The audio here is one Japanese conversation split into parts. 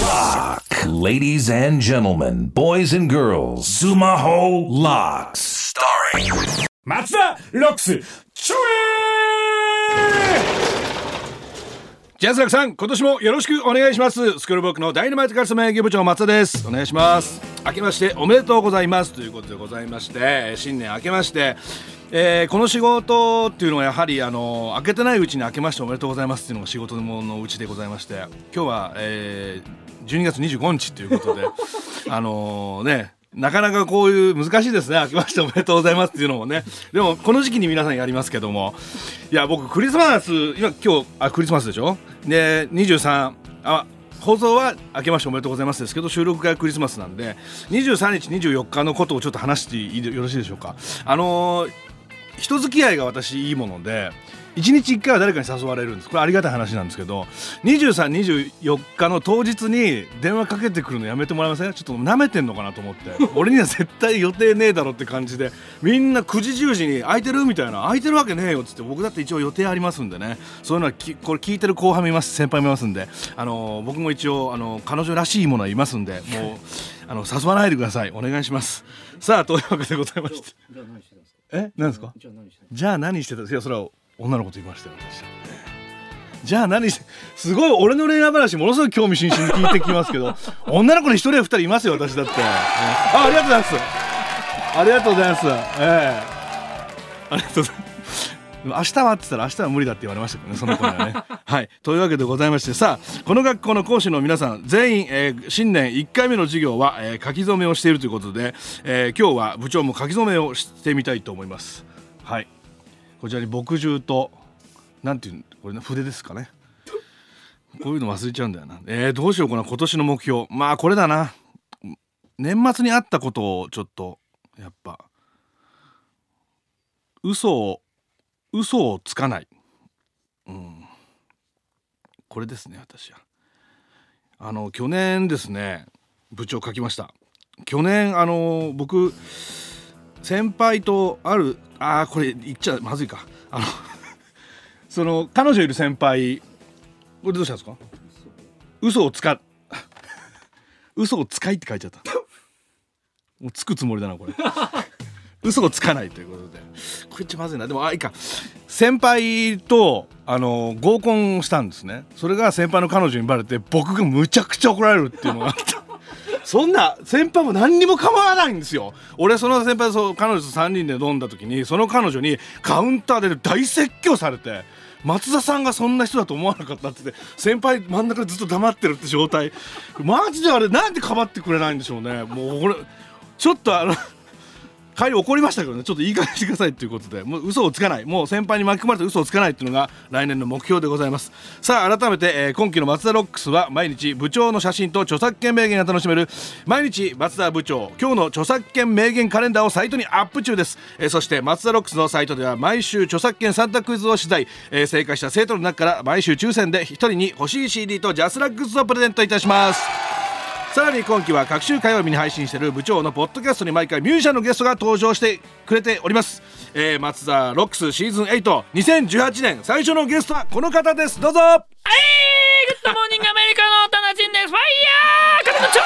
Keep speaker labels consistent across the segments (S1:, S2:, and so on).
S1: Lock. Ladies and gentlemen, boys and girls, Sumaho Locks. Starring
S2: 松田ロックスちょえジャズラクさん今年もよろしくお願いしますスクールボックのダイナマイトカルスマ営業部長松田ですお願いします明けましておめでとうございますということでございまして新年明けましてえーこの仕事っていうのはやはりあの明けてないうちに明けましておめでとうございますっていうのが仕事のうちでございまして今日は、えー、12月25日ということで あのねなかなかこういう難しいですね明けましておめでとうございますっていうのもねでもこの時期に皆さんやりますけどもいや僕クリスマス今今日あクリスマスでしょで23あ放送は明けましておめでとうございますですけど収録がクリスマスなんで23日24日のことをちょっと話していいでよろしいでしょうかあのー人付き合いが私いいもので1日1回は誰かに誘われるんですこれありがたい話なんですけど2324日の当日に電話かけてくるのやめてもらえませんちょっと舐めてんのかなと思って 俺には絶対予定ねえだろって感じでみんな9時10時に空いてるみたいな空いてるわけねえよっつって僕だって一応予定ありますんでねそういうのはきこれ聞いてる後輩もいます先輩もいますんで、あのー僕も一応、あのー彼女らしいものはいますんでもうあの誘わないでくださいお願いしますさあというわけでございまして
S3: じゃあ
S2: え
S3: 何してたんですか
S2: 何ですか
S3: じゃあ何してたんで
S2: じゃあ何してたいやそれは女の子と言いましたよ私はじゃあ何してすごい俺の恋愛話ものすごい興味津々に聞いてきますけど 女の子に一人や二人いますよ私だって、ねあありがとうございますありがとうございますええありがとうございます明日はって言ったら明日は無理だって言われましたけどねその子にはねはいというわけでございましてさあこの学校の講師の皆さん全員、えー新年1回目の授業は、えー書き初めをしているということで、えー今日は部長も書き初めをしてみたいと思いますはいこちらに墨汁となんていうんこれね筆ですかねこういうの忘れちゃうんだよなえーどうしようかな今年の目標まあこれだな年末にあったことをちょっとやっぱ嘘を嘘をつかない、うん、これですね私はあの去年ですね部長書きました去年あの僕先輩とあるああこれ言っちゃまずいかあの その彼女いる先輩これどうしたんですか嘘をつか 嘘を使いって書いちゃったもうつくつもりだなこれ 嘘をつかないということでこれちゃまずいなでもあいいか先輩とあの合コンをしたんですねそれが先輩の彼女にバレて僕がむちゃくちゃ怒られるっていうのがあったそんな先輩も何にも構わないんですよ俺その先輩そう彼女と3人で飲んだ時にその彼女にカウンターで大説教されて松田さんがそんな人だと思わなかったって言って先輩真ん中でずっと黙ってるって状態マジであれなんでかばってくれないんでしょうねもう俺ちょっとあの帰り怒りましたけどねちょっといい加減にしてくださいということでもう嘘をつかないもう先輩に巻き込まれて嘘をつかないっていうのが来年の目標でございますさあ改めて、えー今期の松田ロックスは毎日部長の写真と著作権名言が楽しめる毎日松田部長今日の著作権名言カレンダーをサイトにアップ中です、えーそして松田ロックスのサイトでは毎週著作権サンタクイズを取材、えー正解した生徒の中から毎週抽選で1人に欲しい CD とジャスラックスをプレゼントいたしますさらに今期は各週火曜日に配信している部長のポッドキャストに毎回ミュージシャンのゲストが登場してくれております、えー、松田ロックスシーズン82018年最初のゲストはこの方ですどうぞ
S4: はいグッドモーニングアメリカのタナチンですファイヤーカメのチョイ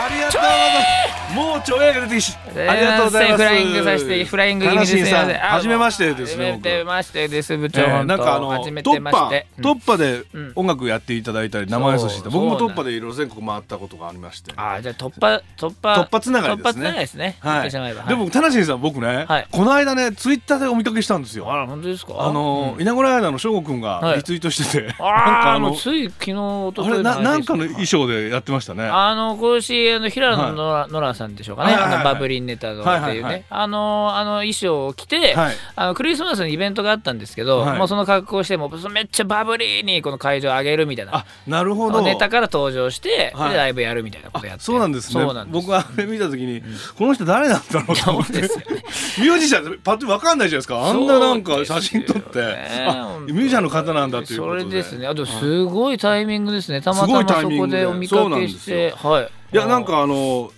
S2: ありがとうございますもうちょえが出てきしありがとうございま
S4: フ
S2: す
S4: ライングさせてフライング気味です
S2: 金
S4: すい
S2: さ
S4: ま
S2: ん
S4: せんあ
S2: 初めましてですね
S4: 初めてましてです部
S2: え
S4: 長、
S2: ー
S4: 本当
S2: なんかあの
S4: 初め
S2: ト
S4: て
S2: ッ
S4: ま
S2: パ
S4: して
S2: トッパで
S4: ん
S2: 音楽やっていただいたり生演奏していた
S4: そう
S2: 僕もトッパでいろいろ全国回ったことがありまして
S4: あーじゃあ突破突破
S2: 突破つながり
S4: 突破
S2: ですね
S4: つながりですね言っ
S2: は
S4: てしまえば
S2: い、でも、田無さん、僕ね、
S4: はい
S2: この間ね、ツイッターでお見かけしたんですよ。
S4: あら本当ですか
S2: あのー、稲村アナの翔吾くんが
S4: はい
S2: リツイートしてて、
S4: うん
S2: なんか
S4: あ
S2: あ
S4: ーもう
S2: の、
S4: つい昨日一昨
S2: あ
S4: 日
S2: れな、なんかの
S4: 話で
S2: 衣
S4: す
S2: 装でやってましたね。
S4: あの今年あの平野ノラ,、ノラさんでしょうかね、
S2: はいはいはい
S4: あのバブリンネタのっていうね、
S2: はいはいはい
S4: あのあの衣装を着て、
S2: はい
S4: あのクリスマスのイベントがあったんですけど、
S2: はい
S4: もうその格好をしてもうめっちゃバブリーにこの会場上げるみたいな
S2: あ、なるほど。
S4: ネタから登場して、
S2: はい
S4: でライブやるみたいなことやって
S2: そうなんですね
S4: そうなんです
S2: 僕あれ見た時に、この人誰なんだろうと思って
S4: そうですよ
S2: ミュージシャンってパッと分かんないじゃないですかあんななんか写真撮って、あミュージシャンの方なんだということで
S4: それですねあとすごいタイミングですね、たまた
S2: すごい
S4: ま
S2: タイ
S4: そ
S2: ミン
S4: こ
S2: グで
S4: でお見か
S2: そうなん
S4: け
S2: で
S4: し
S2: すよ
S4: てはい
S2: いやなんかあの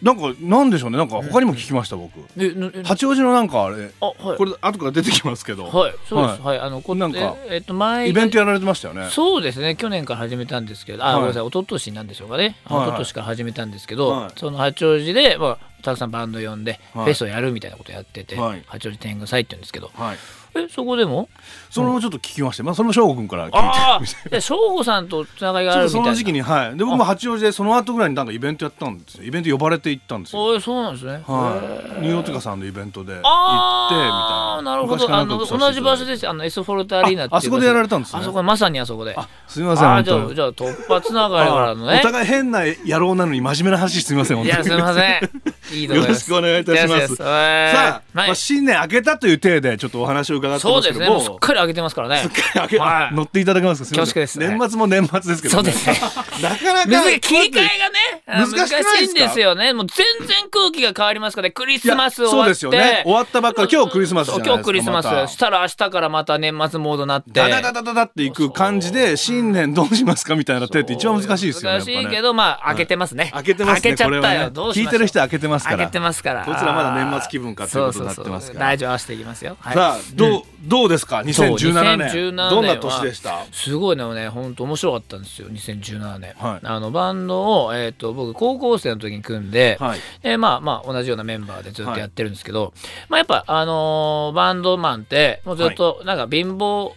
S2: なんかなんでしょうねなんか他にも聞きました僕
S3: えぬえ
S2: 八王子のなんかあれ
S3: あはい
S2: これ後から出てきますけど、
S3: はいそうです
S2: は
S3: はい、あのこ
S2: なんか
S3: ええっと前
S2: イベントやられてましたよね
S3: そうですね去年から始めたんですけどあ、
S2: はい
S3: ごめんなさい一昨年なんでしょうかね、
S2: はいはい
S3: 一昨年から始めたんですけど、
S2: はい
S3: その八王子で、まあ、たくさんバンド呼んで、
S2: はい
S3: フェスをやるみたいなことやってて、
S2: はい
S3: 八王子天狗祭って言うんですけど
S2: はい
S3: えそこでも
S2: それをちょっと聞きまして、まあ、それも翔吾君から聞いて
S3: ああ で省吾さんとつながりが
S2: ち
S3: あ
S2: ょっ
S3: る
S2: と
S3: みた
S2: その
S3: いな
S2: 時期にはいで僕も八王子でその後ぐらいになんかイベントやったんですよイベント呼ばれて行ったんですよ
S3: おいそうなんですね、
S2: はいニューヨーティカさんのイベントで行ってみたい
S3: ああ
S2: な
S3: なるほ
S2: 昔
S3: ど
S2: から
S3: あ
S2: 仲良く
S3: の
S2: させていただいて
S3: 同じ場所ですよあのエスフォルトアリーナっていう
S2: ああそこでやられたんですね
S3: あそこまさにあそこであ
S2: すみません
S3: あ
S2: 本
S3: じゃ
S2: 当
S3: あ
S2: に
S3: じゃあ突発ながらからの
S2: はい
S3: ね
S2: お互い変な野郎なのに真面目な話すみま せん本
S3: い
S2: 当に
S3: やすみませんいいと思います
S2: よろしくお願いいたします
S3: ですですはい
S2: さあ、
S3: はい
S2: まあ、新年明けたという体でちょっとお話を伺って
S3: そ
S2: ま
S3: う
S2: す
S3: で
S2: け
S3: す
S2: ど
S3: ね
S2: も
S3: もうすっかり開けてますからね
S2: 明け
S3: はい
S2: 乗っていただけますか。すいません
S3: 恐縮ですはい
S2: 年末も年末ですけど、
S3: そうですね
S2: なかなか
S3: 難しい切り替えがねあの
S2: 難しくないですか
S3: 難しいんですよねもう全然空気が変わりますからねクリスマス終
S2: そう
S3: わ
S2: で
S3: っ
S2: すよね
S3: て
S2: 終わったばっかり今日クリスマスじゃ
S3: そ
S2: ない
S3: う
S2: ですか
S3: 今日クリスマ
S2: ま
S3: スしたら明日からまた年末モードになって
S2: ダダダダダダっていく感じで新年どうしますかみたいな手って一番難しいですよね
S3: 難し
S2: やっ
S3: い
S2: ぱね
S3: けどまあ開けてますね
S2: 開けてますね
S3: 開けちゃっ
S2: こ
S3: た
S2: れは
S3: よ
S2: ね
S3: どうしましょう
S2: 聞いてる人は開けてますから
S3: 開けてますから
S2: こいつらまだ年末気分かっていうことになって
S3: そう
S2: ま
S3: そ
S2: す
S3: う
S2: か
S3: そう
S2: ら
S3: 大丈夫合わせていきますよはい
S2: さあどうどうですか2017年
S3: そう2017年は
S2: どんな年でした
S3: すごいのね本当面白かったんですよ2017年、
S2: はい
S3: あのバンドを、えー、と僕高校生の時に組んで、
S2: はい
S3: でまあまあ同じようなメンバーでずっとやってるんですけど、まあやっぱあのーバンドマンってもうずっとなんか貧乏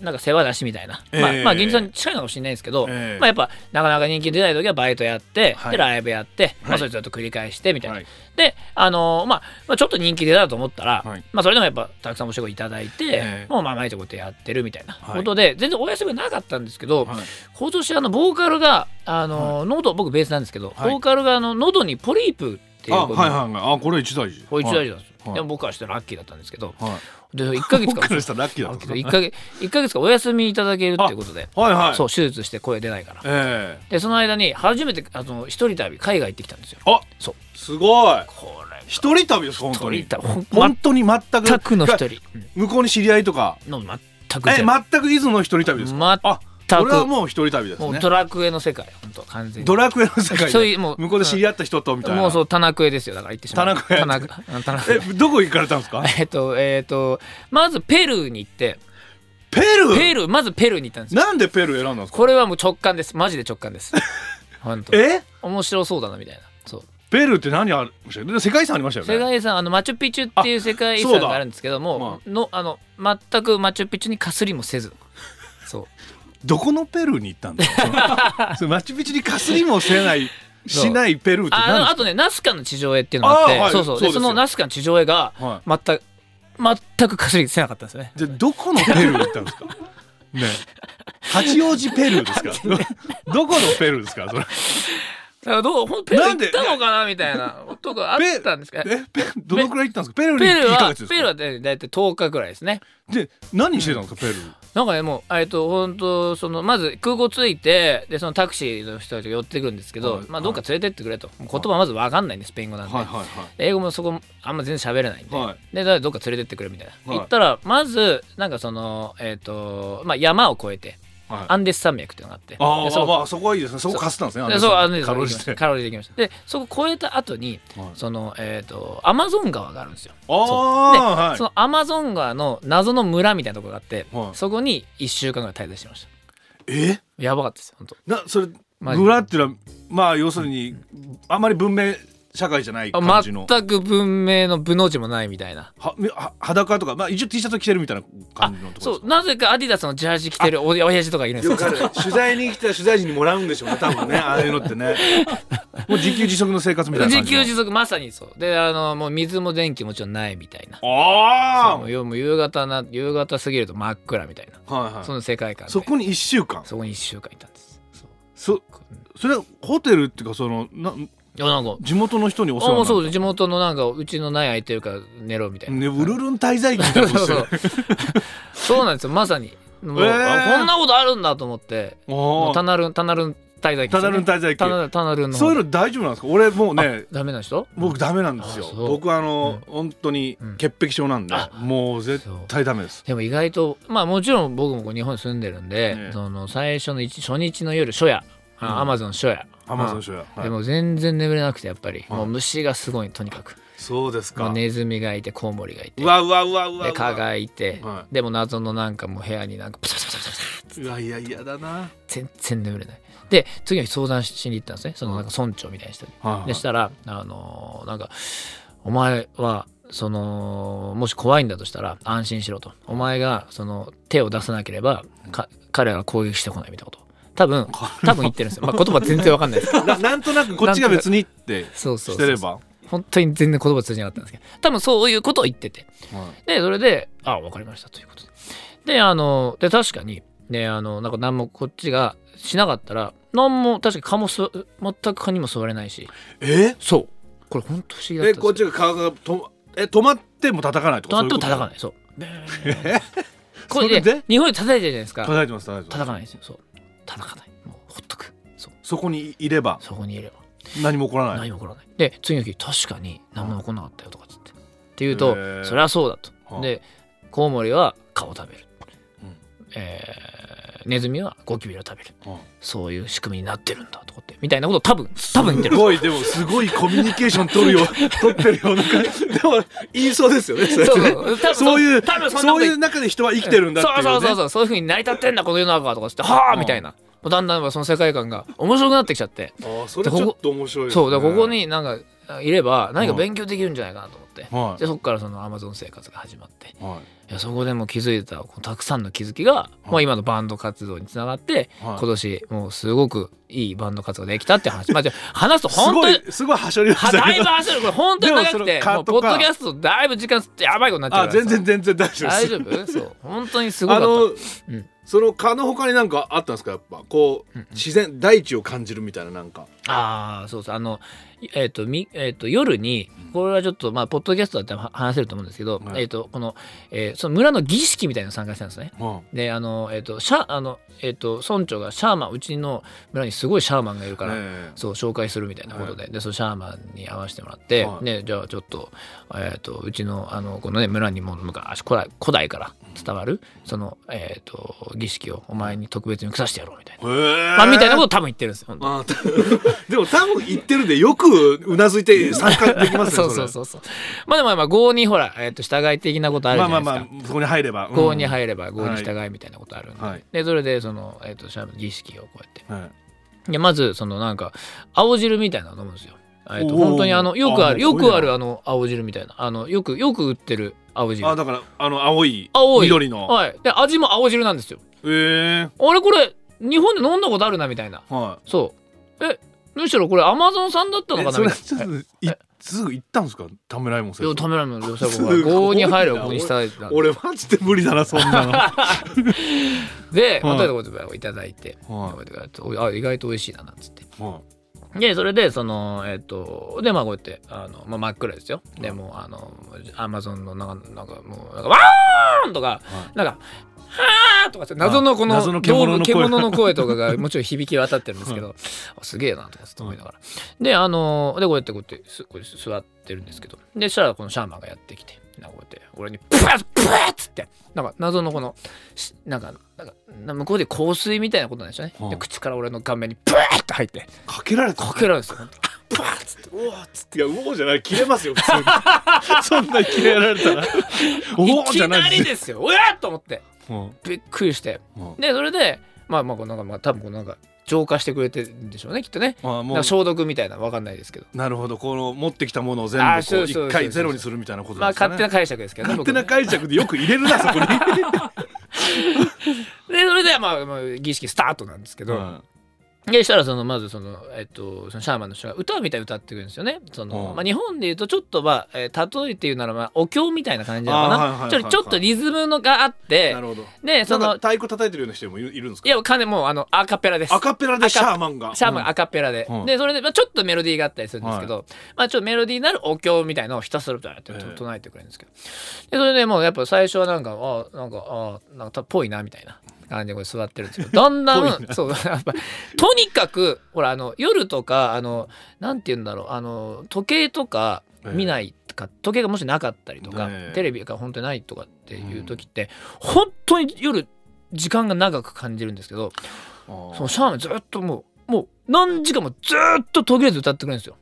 S3: なんか世話なしみたいな、
S2: ええ
S3: まあ、まあ現実さんに近いのかもしれないですけど、
S2: ええ
S3: まあやっぱなかなか人気出ない時はバイトやって、
S2: はい
S3: でライブやって、ま
S2: は
S3: あ
S2: い
S3: それずっと繰り返してみたいな、
S2: はい
S3: であのーまあ、まあちょっと人気出たと思ったら、
S2: はい
S3: まあそれでもやっぱたくさんお仕事いただいて、
S2: ええ
S3: もうまあ毎日こうやってやってるみたいな
S2: はい
S3: ことで、全然お休みがなかったんですけど、
S2: はい
S3: 今年あのボーカルがあの、喉僕ベースなんですけど、
S2: はい
S3: ボーカルがあの喉にポリープっていう
S2: あ
S3: こと
S2: はいはいはいあこれ一大事
S3: これ一大事なんです
S2: は
S3: よ、
S2: い
S3: でも僕はしてラッキーだったんですけど、
S2: はいはい
S3: で1ヶ月
S2: 僕から
S3: 間
S2: したらラッキーだったんです
S3: 1ヶ月1ヶ月間お休みいただけるっていうことで、
S2: はいはい
S3: そう手術して声出ないから
S2: ええ
S3: でその間に初めてあの一人旅海外行ってきたんですよ
S2: あ
S3: そう
S2: すごい
S3: これ
S2: 一人旅です本当に
S3: 一人旅ほん
S2: 本当に全く
S3: 全くの一人、うん
S2: 向こうに知り合いとか
S3: の全く
S2: え
S3: 全部
S2: 全く伊豆の一人旅ですかあ
S3: 全
S2: こ
S3: く
S2: れはもう一人旅です
S3: もう
S2: ね
S3: ドラクエの世界本当完全に
S2: ドラクエの世界
S3: そういうも
S2: で
S3: う
S2: 向こうで知り合った人とみたいな
S3: もうそう、田中ですよ。だから行ってしまう。
S2: 田中屋
S3: 田中。うん田中
S2: えどこ行かれたんですか
S3: えっと、えっと、まずペルーに行って、
S2: ペルー
S3: ペルー、まずペルーに行ったんですよ。
S2: なんでペルー選んだんですか
S3: これはもう直感です。マジで直 感です。本当。
S2: え
S3: 面白そうだなみたいな。そう。
S2: ペルーって何ありましたで世界遺産ありましたよ
S3: 世
S2: ね
S3: 界遺産、あのマチュピチュっていう世界遺
S2: そう
S3: 産
S2: だ
S3: があるんですけども、の、あの、全くマチュピチュにかすりもせず。そう。
S2: どこのペルーに行ったんです かそのマチュピチュにかすりもせないしないペルーって
S3: あの
S2: 何
S3: あ
S2: で
S3: とねナスカの地上絵っていうのがあって
S2: あーはい
S3: そうそ
S2: そ
S3: う
S2: うで
S3: です
S2: よ
S3: そのナスカの地上絵が
S2: は
S3: 全く、全くかすりせなかったんですよね
S2: すかじゃあどこのペルー行ったんですかね八王子ペルーです かどどこのペルーですかそれ
S3: だからどうほんペルー
S2: なん
S3: 行
S2: で
S3: ったのかなみたいなとこあったんですけど
S2: えペどのくらい行ったんですかペルーに
S3: ペルー
S2: 1ヶ
S3: は
S2: 月ですか
S3: ペルーはね大体10日ぐらいですね
S2: で何してたんですかペルー
S3: なんかねもうえっと本当そのまず空港着いてでそのタクシーの人たちが寄ってくるんですけど、
S2: はい
S3: まあどっか連れてってくれと、もう言葉まず分かんないんでスペイン語なんで、
S2: はいはいはい
S3: 英語もそこあんま全然喋れないんで、
S2: は
S3: でだからどっか連れてってくれみたいな、
S2: はい
S3: 行ったらまずなんかそのえっ、とまあ山を越えて
S2: はい
S3: アンデス山脈っていうのがあって
S2: あ
S3: で
S2: あ
S3: そ
S2: ま
S3: こ
S2: あまあそこはいいですねそこかすったんですね
S3: でそうあの
S2: かろうじて
S3: カロリーできましたでそこ越えた後に、
S2: はい
S3: そのえっ、とアマゾン川があるんですよ
S2: ああ
S3: で
S2: はい
S3: そのアマゾン川の謎の村みたいなとこがあって、
S2: はい
S3: そこに1週間ぐらい滞在してました
S2: え
S3: やばかったです本当
S2: なそれ
S3: マジ
S2: 村っていうのはまあ要するにあまり文明社会じゃない感
S3: あ
S2: じの
S3: 全く文明の部の字もないみたいな
S2: はは裸とかまあ一応 T シャツ着てるみたいな
S3: あ
S2: 感じのとこ
S3: そ
S2: ろ
S3: うなぜかアディダスのジャージ着てるお親父とかいるんですよ
S2: です か取材に来た取材時にもらうんでしょうね多分ねああいうのってねもう自給自足の生活みたいな
S3: 自
S2: 感じ
S3: 給自足まさにそうであのもう水も電気もちろんないみたいな
S2: 足あ
S3: もうよもう夕方な夕方過ぎると真っ暗みたいな、
S2: あはいはい
S3: その世界観で
S2: そこに一週間
S3: そこに1週間いたんですそう
S2: そそれはホテルっていうかそのない
S3: やなんか
S2: 地元の人にお世
S3: あ
S2: 話
S3: もう
S2: にな
S3: そう
S2: る
S3: です地元のなんかうちの苗空いてるから寝ろみたいな、
S2: ねウルルン滞在期みたい
S3: そう
S2: なこ
S3: そ
S2: と
S3: う
S2: です よ
S3: そう
S2: ね
S3: そうなんですよまさにもう、
S2: えー
S3: あこんなことあるんだと思っても
S2: あ
S3: うタナルンタナルン滞在期ですね、
S2: タナルン滞在期
S3: タナルンタナルン
S2: あ
S3: の
S2: そういうの大丈夫なんですか俺もうね
S3: ダメな人
S2: 僕ダメなんですよ
S3: あそう
S2: 僕あの、本当に潔癖症なんで、もう絶対ダメです
S3: でも意外とまあもちろん僕もこう日本に住んでるんで、
S2: ね
S3: その最初の一初日の夜初夜アマゾン初夜
S2: アマゾンショや、はい
S3: でも全然眠れなくてやっぱり、
S2: はい
S3: もう虫がすごいとにかく
S2: そうです
S3: も
S2: か
S3: うネズミがいてコウモリがいて
S2: うわうわうわうわ
S3: で
S2: う
S3: 蚊
S2: わ
S3: がいて、
S2: は
S3: でも謎のなんかもう部屋になんかプサプサプサプサ
S2: うわいやいやだな
S3: 全然眠れないで次の日相談ししに行ったんですねそのなんか村長みたいな人に、
S2: はいはい
S3: でしたらあのーなんか「お前はそのもし怖いんだとしたら安心しろ」と「お前がその手を出さなければか彼らが攻撃してこない」みたいなこと多分多分言ってるんですよ、まあ、言葉全然わかんない ですけど
S2: ななんとなくこっちが別にって
S3: そうそう
S2: し
S3: そ
S2: て
S3: う
S2: れば
S3: 本当に全然言葉通じなかったんですけど多分そういうことを言ってて
S2: はい
S3: でそれで「あ分かりました」ということでであので確かにねあのなんか何もこっちがしなかったら何も確か蚊もす全く蚊にも座れないし
S2: え
S3: そうこれ本当不思議だったん
S2: え
S3: ですよ
S2: こっちが顔がとえ止まっても叩かないと
S3: と
S2: か
S3: あと叩か
S2: い
S3: ないそう
S2: え
S3: これ
S2: それで
S3: で日本で叩いてるじゃないですか
S2: 叩いてます叩いてます
S3: 叩かないですよそう叩かないもうほっとくそう
S2: そこにいれば
S3: そこにいれば
S2: 何も起こらない
S3: 何も起こらないで次の日確かに何も起こらなかったよとかっつってって言うと
S2: へー
S3: そりゃそうだ
S2: はあ
S3: とでコウモリは蚊を食べる
S2: うん
S3: えーネズミはゴキブリを食べる
S2: うん
S3: そういう仕組みになってるんだとかってみたいなことを多分多分言っ て
S2: す
S3: る
S2: ごいでもすごいコミュニケーション取るよ取ってるような感じでも言いそうですよねそれってね
S3: そうそう多分
S2: そういう
S3: 多分そんなこと
S2: そういう中で人は生きてるんだっていう、ね、
S3: そうそうそうそうそういうふうに成り立ってんだこの世の中はとかっつってはあ
S2: うん
S3: みたいなもうだんだんその世界観が面白くなってきちゃって
S2: あーそれちょっと面白いです、ね、
S3: そうだからここになんかいれば何か勉強できるんじゃないかなと思って
S2: はい
S3: でそこからそのアマゾン生活が始まって
S2: はい
S3: やそこでもう気づいたこうたくさんの気づきがもう今のバンド活動につながって
S2: い、は
S3: 今
S2: い、
S3: 年もうすごくいいバンド活動ができたっ て話まあじゃあ話すと
S2: す
S3: 本
S2: ご
S3: 当に
S2: いすごいはしょりまし
S3: は
S2: た
S3: だ
S2: け
S3: い
S2: ど
S3: ぶ焦るこれ本当に長く
S2: で
S3: て
S2: もその
S3: も
S2: カ
S3: う
S2: ット
S3: ポッ
S2: か
S3: ドキャストだいぶ時間吸ってやばいことになっちゃ
S2: あ
S3: うから
S2: 全
S3: さ
S2: 然全然大丈夫です
S3: 大丈夫そう本当にすごか
S2: あ
S3: った
S2: のその蚊の他になんかあったんですかやっぱこう、自然大地を感じるみたいななんか
S3: ああそうそうあのえっ、とみえっ、と夜にこれはちょっとまあポッドキャストだったら話せると思うんですけど、
S2: はい
S3: えっ、とこの、えーその村の儀式みたいなの参加したんですね。
S2: は
S3: であのえっ、とシャあのえっ、と村長がシャーマンうちの村にすごいシャーマンがいるから。
S2: え
S3: そう紹介するみたいなことで,、でそのシャーマンに会わせてもらって、
S2: はい
S3: ね、じゃあちょっと,、えー、とうちのあのこの、ね、村にも昔古代古代から伝わるその、えー、と儀式をお前に特別に腐してやろうみたいな、
S2: えへえ
S3: まあ、みたいなことを多分言ってるんですよ。本当
S2: まあ、たでも多分言ってるんでよくうなずいて参加できますね
S3: そうそう
S2: う
S3: そうそうまあでもまあ合にほら、えー、と従い的なことあるじ
S2: まあ
S3: ゃ
S2: ま
S3: な
S2: あ
S3: いですか、
S2: まあそこに入れば
S3: 合に
S2: れ
S3: 入れば合に従いみたいなことあるんで,、
S2: はい
S3: でそれでその、えー、とシャーマンの儀式をこうやって
S2: ば、はい
S3: でまずそのなんか青汁みたいなの飲むんですよ。えっと
S2: おー
S3: 本当にあのよくある
S2: あもうそういう
S3: よ
S2: の
S3: くあるあの青汁みたいなあのよくよく売ってる青汁
S2: あ。だからあの青い
S3: 青い
S2: 緑の
S3: はい。で味も青汁なんですよ。
S2: へえ
S3: あれこれ日本で飲んだことあるなみたいな。
S2: は
S3: そう。えむしろこれアマゾンさんだった
S2: い
S3: のか
S2: え
S3: な
S2: そ
S3: み
S2: れち
S3: たい
S2: ょっといすぐ行ったんですかためらいもん
S3: な。いやためらいも両者
S2: すご
S3: 合
S2: いな
S3: に入る合にしたいなんで
S2: 俺マジで無理だなそん なのはい
S3: で、まあ、とりあえずこういただいて、
S2: は
S3: あ意外と美味しいななんつって
S2: いは
S3: でそれでそのえっ、とでまあこうやってあの、まあ、真っ暗ですよで
S2: うん
S3: もうあのアマゾンのなんかなんかもうなんかワーンとか、
S2: はい
S3: なんかはーとかって謎のこの
S2: 謎の獣の声
S3: 動物獣の声とか がもちろん響き渡ってるんですけど、あすげえなとかちょっと思いながら、であのでこうやってこうやってすこうやって座ってるんですけどでしたらこのシャーマンがやってきてなんかこうやって俺にプワップワッつってなんか謎のこのしなんかなんかなんか向こうで香水みたいなことなんでしょうね、
S2: うん
S3: で口から俺の顔面にプワッと入って。
S2: かけられた
S3: かけられるんですよ。バーッつって
S2: うわっつっていやうおーじゃない切れますよ普通 にそんな切れられた らお
S3: い
S2: おじゃ
S3: き
S2: な
S3: ないり
S2: です
S3: ですよ。うわっと思って
S2: うん
S3: びっくりして
S2: うん
S3: でそれでまあまあこうなんかまあ多分こうなんか浄化してくれてるんでしょうねきっとね。
S2: まあも
S3: なん
S2: う
S3: か消毒みたいなのわかんないですけど。
S2: なるほどこの持ってきたものを全部
S3: あー
S2: こ
S3: そううそう
S2: 一
S3: そ
S2: 回
S3: う
S2: ゼロにするみたいなこと
S3: まあ
S2: ですかね
S3: 勝手な解釈ですけどね。
S2: 勝手な
S3: 僕の
S2: 解釈でよく入れるなそ こに
S3: でそれでまあまあ儀式スタートなんですけど。でしたらそのまずその,、えっと、そのシャーマンの人が歌みたいに歌ってくるんですよね。その
S2: うん
S3: まあ、日本でいうとちょっとまあ、えー例えて言うならまあお経みたいな感じなの
S2: あーはいはい
S3: かな
S2: はい
S3: ちょっとちょっとリズムのがあって
S2: なるほど
S3: でそ
S2: なんか太
S3: の
S2: 鼓叩いてるような人もいるいるんです
S3: い
S2: か
S3: や金もうあのアカペラです。
S2: アカペラでシャーマンが
S3: シャーマン
S2: うん
S3: アカペラで、
S2: うん
S3: でそれで、まあ、ちょっとメロディーがあったりするんですけど、まあ、ちょっとメロディーなるお経みたいなのをひたすらとやって
S2: ええ
S3: 唱えてくれるんですけど、でそれでもうやっぱ最初はなんかあなんかあなんかっぽいなみたいな感じでこれ座ってるんですけど だんだんそうやっぱとにかくほらあの夜とかあのなんて言うんだろうあの時計とか見ないとか、時計がもしなかったりとか、
S2: ええ
S3: テレビが本当にないとかっていう時って、本当に夜時間が長く感じるんですけど
S2: あー
S3: そのシャーマンずっともうもう何時間もずーっと途切れず歌ってくれるんですよ。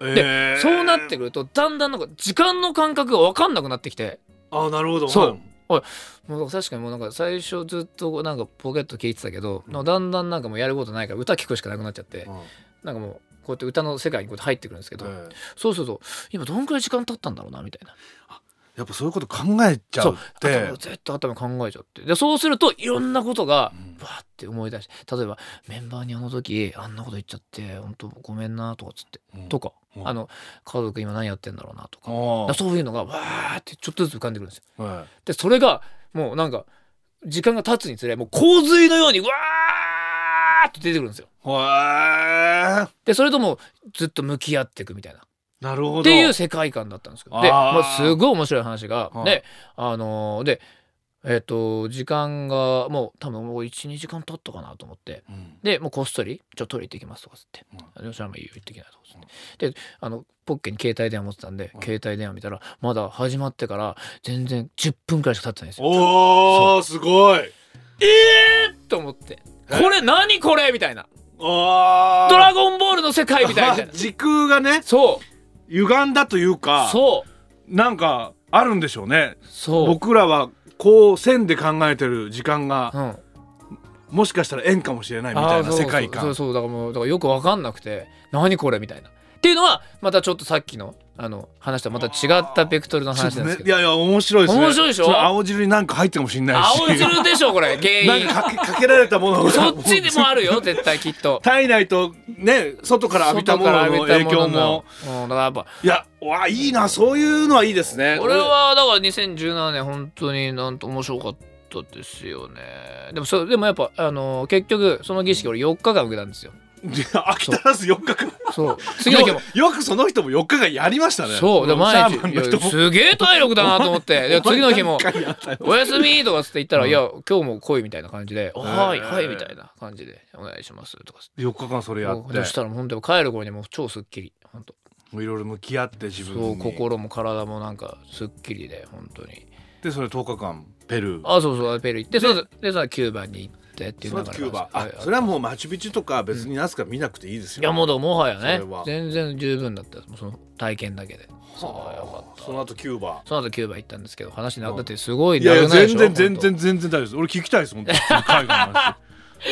S2: えー
S3: そうなってくるとだんだんなんか時間の感覚が分かんなくなってきて
S2: あなるほど
S3: そうもう確かにもうなんか最初ずっとなんかポケット聞いてたけど、
S2: うん
S3: だんだんなんかもうやることないから歌聞くしかなくなっちゃって、
S2: うん
S3: なんかもうこうやって歌の世界にこうやって入ってくるんですけど、
S2: えー
S3: そうすると今どんくらい時間経ったんだろうなみたいな
S2: やっぱそういうこと考えちゃうって
S3: 頭絶対頭考えちゃってでそうするといろんなことが
S2: うん
S3: バーって思い出して例えばメンバーにあの時あんなこと言っちゃって本当ごめんなとかっつって、
S2: うん
S3: とか、
S2: うん
S3: あの家族今何やってんだろうなとか,、
S2: あー
S3: そういうのがわーってちょっとずつ浮かんでくるんですよ。
S2: はい
S3: でそれがもうなんか時間が経つにつれもう洪水のようにわーって出てくるんですよ。
S2: へえ
S3: でそれともうずっと向き合っていくみたいな
S2: なるほど
S3: っていう世界観だったんですけどで、
S2: あー
S3: まあ、すごい面白い話が、
S2: はい
S3: であのーでえっ、と時間がもう多分もう12時間経ったかなと思って
S2: うん
S3: でもうこっそり「ちょっとトイレ行ってきます」とかつって「でそれもいいよ行ってきな」とかつってであのポッケに携帯電話持ってたんで
S2: はい
S3: 携帯電話見たらまだ始まってから全然10分くらいしか経ってないんですよ。
S2: おおすごい
S3: と思って「これ何これ!」みたいな「
S2: あー
S3: ドラゴンボールの世界」みたいな。
S2: 時空がね
S3: そう
S2: 歪んだというか
S3: そう
S2: なんかあるんでしょうね
S3: そう。
S2: 僕らはこう線で考えてる時間が
S3: うん
S2: もしかしたら円かもしれないみたいな世界
S3: あーそ
S2: 観
S3: うそうそうそうだからもうだからよく分かんなくて何これみたいなっていうのはまたちょっとさっきのあの話とはまた違ったベクトルの話
S2: ちょ
S3: な
S2: っ
S3: ん
S2: とね
S3: ですけ
S2: い
S3: ど、
S2: やいや面白いですね
S3: 面白いでしょ
S2: その青汁になんか入ってるかもしれないし
S3: 青汁でしょこれ原
S2: な
S3: 因
S2: んかかけかけられたものが
S3: そっちでもあるよ絶対きっと
S2: 体内とね外から浴びたものの影響も、
S3: 外から浴びたもののうん、だからやっぱ
S2: いやわいいなそういうのはいいですね
S3: 俺はだから2017年本当になんと面白かったですよねでもそれでもやっぱあのー結局その儀式俺4日間受けたんですよ
S2: いや飽き足らず4日間
S3: そう次の日も
S2: よよくその人も4日間やりましたね
S3: そうで毎日い
S2: の人
S3: や
S2: も
S3: すげえ体力だなと思 ってで次の日も
S2: 何回やったよ
S3: おやすみとかつって言ったら、
S2: うん
S3: いや今日も来いみたいな感じで「はい
S2: へー
S3: はい」みたいな感じで「お願いします」とかつって
S2: 4日間それやって
S3: そしたらもう本当に帰る頃にもう超すっきり本当
S2: もういろいろ向き合って自分に
S3: そう心も体もなんかすっきりで本当に
S2: でそれ10日間ペルー
S3: あそうそうペルー行ってそのでそのキューバに行ってっていう
S2: その
S3: 流
S2: 後
S3: れ
S2: キューバ
S3: なん
S2: あ
S3: です
S2: それはもうマチュピチュとか別にナスカ見なくていいですよ
S3: いやもうだからもはやね
S2: それは
S3: 全然十分だったその体験だけでそうよかった
S2: その後キューバ
S3: その後キューバ行ったんですけど話になだってすごい
S2: いやいや
S3: 長くなでし
S2: 全
S3: ょ
S2: 然全然全然大丈夫です俺聞きたいです本当に海外の話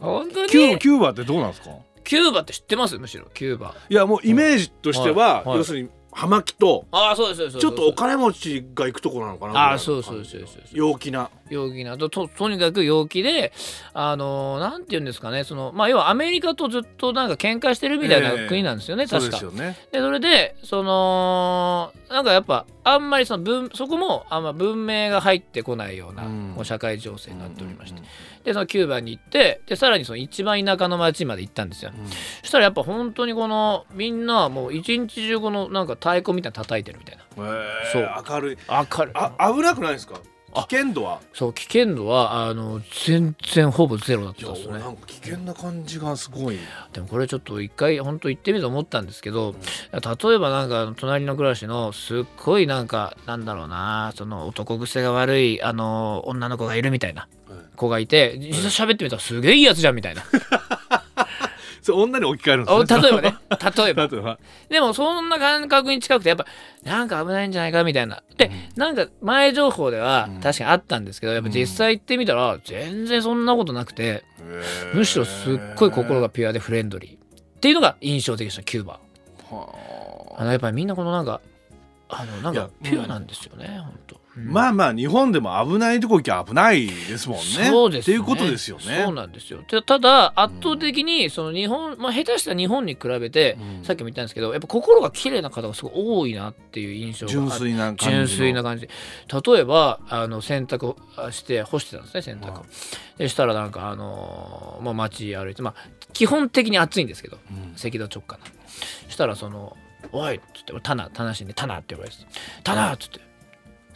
S3: 本当に
S2: キューバキューバってどうなんですか
S3: キューバって知ってますむしろキューバ
S2: いやもうイメージとしては、
S3: はいはい
S2: 要するに葉巻と
S3: ああそうですそうです
S2: ちょっとお
S3: か
S2: 金持ちが行くとこなのかな
S3: あー
S2: みたいな感じの
S3: そうそうそうそう
S2: 陽気な
S3: 陽気なとととにかく陽気であのーなんて言うんですかねそのまあ要はアメリカとずっとなんか喧嘩してるみたい
S2: ええ
S3: な国なんですよね、確か
S2: よね
S3: でそれでそのなんかやっぱあんまりその文そこもあんま文明が入ってこないような、
S2: うん
S3: こう社会情勢になっておりまして、でそのキューバに行ってでさらにその一番田舎の町まで行ったんですよ、
S2: うんうん
S3: そしたらやっぱ本当にこのみんなもう一日中このなんか太鼓みたいなの叩いてるみたいな
S2: へ
S3: そ
S2: ー
S3: う
S2: 明るい
S3: 明るい
S2: あ危なくないですか危
S3: あ
S2: 険度は
S3: そう危険度はあの全然ほぼゼロだっ
S2: い
S3: た
S2: や
S3: んですよ
S2: 俺
S3: ね
S2: なんか危険な感じがすごい
S3: でもこれちょっと一回本当行ってみて思ったんですけど例えばなんかあの隣の暮らしのすっごいなんかなんだろうなその男癖が悪いあの女の子がいるみたいな
S2: うん
S3: 子がいて実際喋ってみたらすげえいいやつじゃんみた いな
S2: それ女に置き換えるん
S3: お
S2: ですね
S3: 例えばね例えば
S2: 例えば
S3: でもそんな感覚に近くてやっぱなんか危ないんじゃないかみたいなでなんか前情報では
S2: うん
S3: 確かにあったんですけどやっぱ実際行ってみたら全然そんなことなくてむしろすっごい心がピュアでフレンドリーっていうのが印象的でしたキューバあのやっぱりみんなこのなんかあのなん
S2: いや
S3: かピュアなんですよね本当、うん
S2: まあまあ日本でも危ないとこ行きゃ危ないですもんね
S3: そうです
S2: っていうことですよね
S3: そうなんですよたただ圧倒的にその日本、まあ、下手したら日本に比べて、
S2: うん
S3: さっきも言ったんですけどやっぱ心が綺麗な方がすごい多いなっていう印象があ
S2: 純粋な感じの
S3: 純粋な感じ例えばあの洗濯をあして干してたんですね洗濯を、
S2: はい
S3: でしたらなんかあのーまあ、街歩いてまあ基本的に暑いんですけど
S2: うん
S3: 赤道直下なしたらその「おい」っつって「タナ」「タナシンで「タナ」って呼ばれて「タナ」っつって「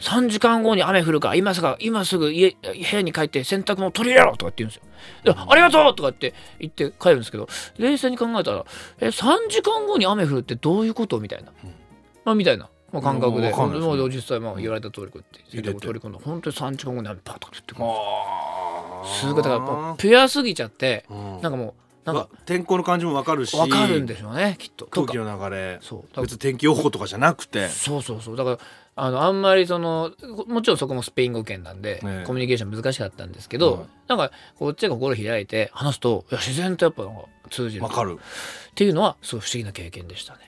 S3: 3時間後に雨降るから今すぐ今すぐ家部屋に帰って洗濯物取り入れろ」とかって言うんですよ。でありがとう!」とかって言って帰るんですけど冷静に考えたら「え3時間後に雨降るってどういうこと?」みたいな、まあみたいな、まあ、感覚で
S2: うんわかんないですね
S3: もう実際まあ言われた通りこうやって洗
S2: 入れ
S3: 濯
S2: て
S3: 物取り込んで本当に3時間後に雨パッと降ってくるんですよ
S2: あー
S3: すごいだからやっぱピュアすぎちゃって
S2: うん
S3: なんかもうなんか
S2: わ天候の感じもわかるし
S3: わかるんでしょうねきっとと
S2: 空気
S3: か
S2: の流れ
S3: そうだから
S2: 別に天気予報とかじゃなくて
S3: そうそうそうだからあのあんまりそのもちろんそこもスペイン語圏なんで、
S2: ええ
S3: コミュニケーション難しかったんですけど、
S2: はい
S3: なんかこっちが心開いて話すといや自然とやっぱなんか通じる
S2: わかる
S3: っていうのはすごい不思議な経験でしたね。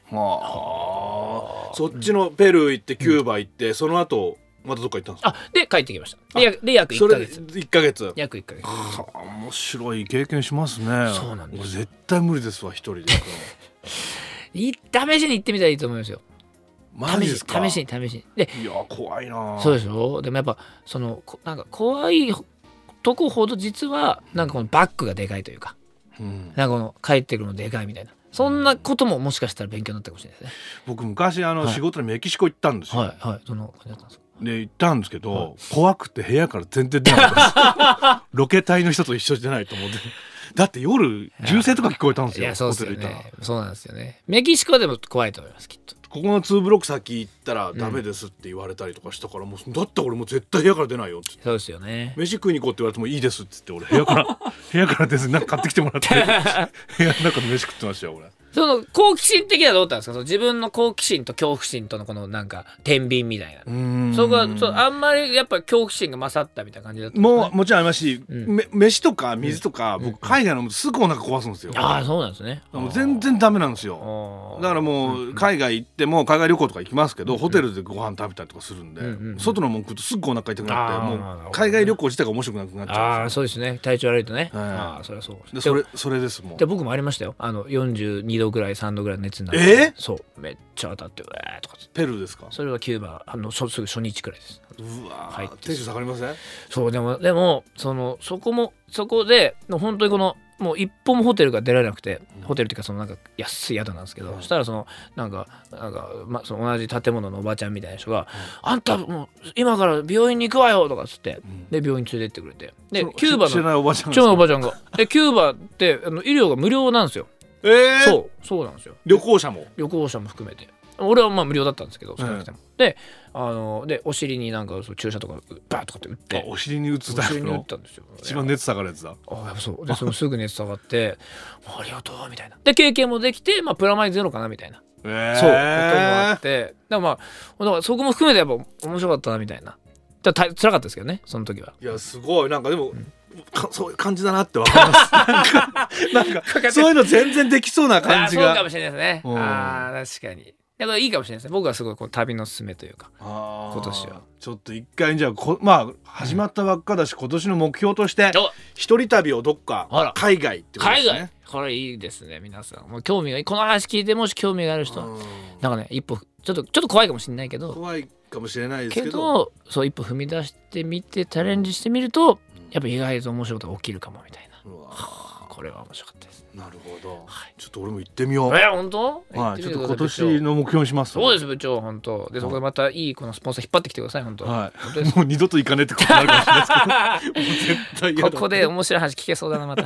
S2: あそっちのペルー行ってキューバ行って、その後またどっか行ったんですか
S3: あで帰ってきました。で約で約
S2: そ
S3: 1ヶ
S2: れで
S3: 月
S2: 1ヶ月
S3: 約1ヶ月。
S2: はあ面白い経験しますね
S3: そうなんです
S2: 俺絶対無理ですわ一人で 行くの
S3: い試しに行ってみたらいいと思いますよ。
S2: マジ
S3: 試し
S2: で
S3: に
S2: すか
S3: 試しに試しに。で
S2: いや怖いな
S3: そうでしょでもやっぱそのこなんか怖いとこほど実はなんかこのバッグがでかいというか
S2: うん
S3: なんかこの帰ってくるのでかいみたいなそんなことももしかしたら勉強になったかもしれないですね。
S2: 僕昔あの、
S3: はい
S2: 仕事でメキシコ行ったんですよ、
S3: はいはいどの感じだったんですか。
S2: で行ったんですけど、怖くて部屋から全然出なかったで すロケ隊の人と一緒じゃないと思ってだって夜銃声とか聞こえたんです
S3: い
S2: よ
S3: やそうですよ
S2: ホテル行った
S3: ね
S2: ら。
S3: そうなんですよね。メキシコでも怖いと思いますきっと。
S2: ここの2ブロック先行ったらダメですって言われたりとかしたから、もうだって俺もう絶対部屋から出ないよって
S3: そうですよね。
S2: 飯食いに行こうって言われてもいいですって言って俺部屋から 部屋から出ずになんか買ってきてもらって部屋の中で飯食ってましたよ俺
S3: その好奇心的にはどうだったんですか。その自分の好奇心と恐怖心とのこのなんか天秤みたいな。そこはそうあんまりやっぱ恐怖心が勝ったみたいな感じだったんですかね、
S2: もうもちろんありますし、
S3: うん
S2: め飯とか水とか、僕海外のもすぐお腹壊すんですよ、
S3: ああそうなんですね。
S2: もう全然ダメなんですよ
S3: あー
S2: だからもう海外行っても海外旅行とか行きますけど、ホテルでご飯食べたりとかするんで、
S3: うんうん
S2: 外のもん食うとすぐお腹痛くなって
S3: あーなるほど
S2: も
S3: ね
S2: う海外旅行自体が面白くなくなっちゃう
S3: ああそうですね体調悪いとね、
S2: はい
S3: ああそれはそう
S2: で
S3: です
S2: それそれですもん
S3: で僕もありましたよあの42度ぐらい3度ぐらいの熱にな
S2: えー
S3: そうめっちゃ当たってうわーとかって
S2: ペルーですか
S3: それはキューバあのそすぐ初日くらいです
S2: うわ
S3: 入
S2: ー
S3: って
S2: テンション下がりません
S3: そうでもでもそのそこもそこでもう本当にこのもう一歩もホテルが出られなくて、ホテルっていうかそのなんか安い宿なんですけど、
S2: うん
S3: したらそのなんかなんか、ま、その同じ建物のおばちゃんみたいな人が「あんたもう今から病院に行くわよ」とかっつって、で病院連れてってくれてで
S2: その
S3: キューバ
S2: 知知ら
S3: の
S2: ないおばちゃん
S3: ちょうどお
S2: が
S3: ばちゃんが。で、キューバってあの医療が無料なんですよ。
S2: えー、
S3: そう、そうなんですよ。
S2: 旅行者も
S3: 旅行者も含めて。俺はまあ無料だったんですけど、少なくても。で、あの、で、お尻になんかそう注射とか、うバーとかって打っ
S2: あ
S3: て、
S2: お尻に打つ
S3: お
S2: タイ
S3: 尻
S2: プ
S3: に打っ
S2: の
S3: たんですよ。
S2: 一番熱下がるやつだ
S3: あやっぱそう。で、そのすぐ熱下がって、 もうありがとう、みたいな。で、経験もできて、まあ、プラマイゼロかな、みたいな。
S2: え
S3: そう、こともあ
S2: ー
S3: っ、て。だからまあ、だからそこも含めてやっぱ面白かったな、みたいな。だからた辛かったですけどね、その時は。
S2: いやすごいなんかでも、かそういう感じだなってわかります なんかなんかそういうの全然できそうな感じ
S3: あーそうか
S2: が
S3: もしれないです
S2: うん
S3: ねあー確かにだからいいかもしれないですね僕はすごいこう旅のすすめというか
S2: あー
S3: 今年は
S2: ちょっと一回じゃあこまあ始まったばっかだし、今年の目標として
S3: お
S2: 一人旅をどっか
S3: あら
S2: 海外ってことで
S3: 海
S2: すね
S3: 外これいいですね皆さんもう興味がこの話聞いてもし興味がある人は
S2: うん
S3: なんかね一歩ちょっとちょっと怖いかもしれないけど
S2: 怖いかもしれないです
S3: け
S2: けど
S3: どそう一歩踏み出してみてチャレンジしてみるとやっぱ意外と面白いことが起きるかもみたいな
S2: うわ
S3: これは面白かったですね
S2: なるほど、ちょっと俺も行ってみよう、
S3: え本当
S2: はい、ちょっと今
S3: の
S2: 年の目標にします
S3: そうです部長本当でそこでまたいいこのスポンサー引っ張ってきてください本当
S2: はい、もう二度と行かねえってことになるかもしれないですけどもう 絶対嫌だ
S3: ここで面白い話聞けそうだなまた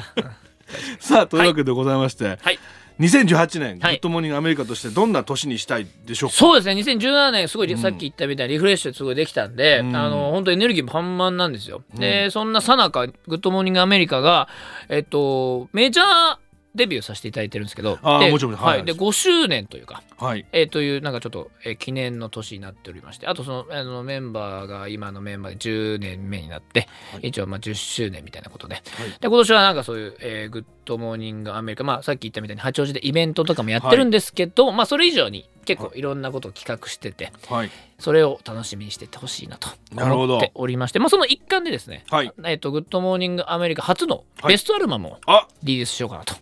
S2: さあというわけでございまして、
S3: はい
S2: 2018年、
S3: はい
S2: グッドモーニングアメリカとしてどんな年にしたいでしょうか
S3: そうですね2017年すごいさっき言ったみたいにリフレッシュすごいできたんで、あの本当エネルギー満々なんですよ、でそんなさなか「グッドモーニングアメリカが」えっとメジャーデビューさせていただいてるんですけど
S2: あー
S3: で
S2: もちろんは
S3: はいいで5周年というか、
S2: はい
S3: えーというなんかちょっと、えー記念の年になっておりましてあとそのあのメンバーが今のメンバーで10年目になって、一応まあ10周年みたいなことで,、で今年はなんかそういう、えーグッドモーニングアメリカ」まあ、さっき言ったみたいに八王子でイベントとかもやってるんですけど、まあ、それ以上に結構いろんなことを企画してて
S2: はい
S3: それを楽しみにしてってほしいなと
S2: なるほど
S3: 思っておりまして、まあ、その一環でですね「
S2: はい
S3: えー、とグッドモーニングアメリカ」初の
S2: はい
S3: ベストアルバムを
S2: あ
S3: リリースしようかなと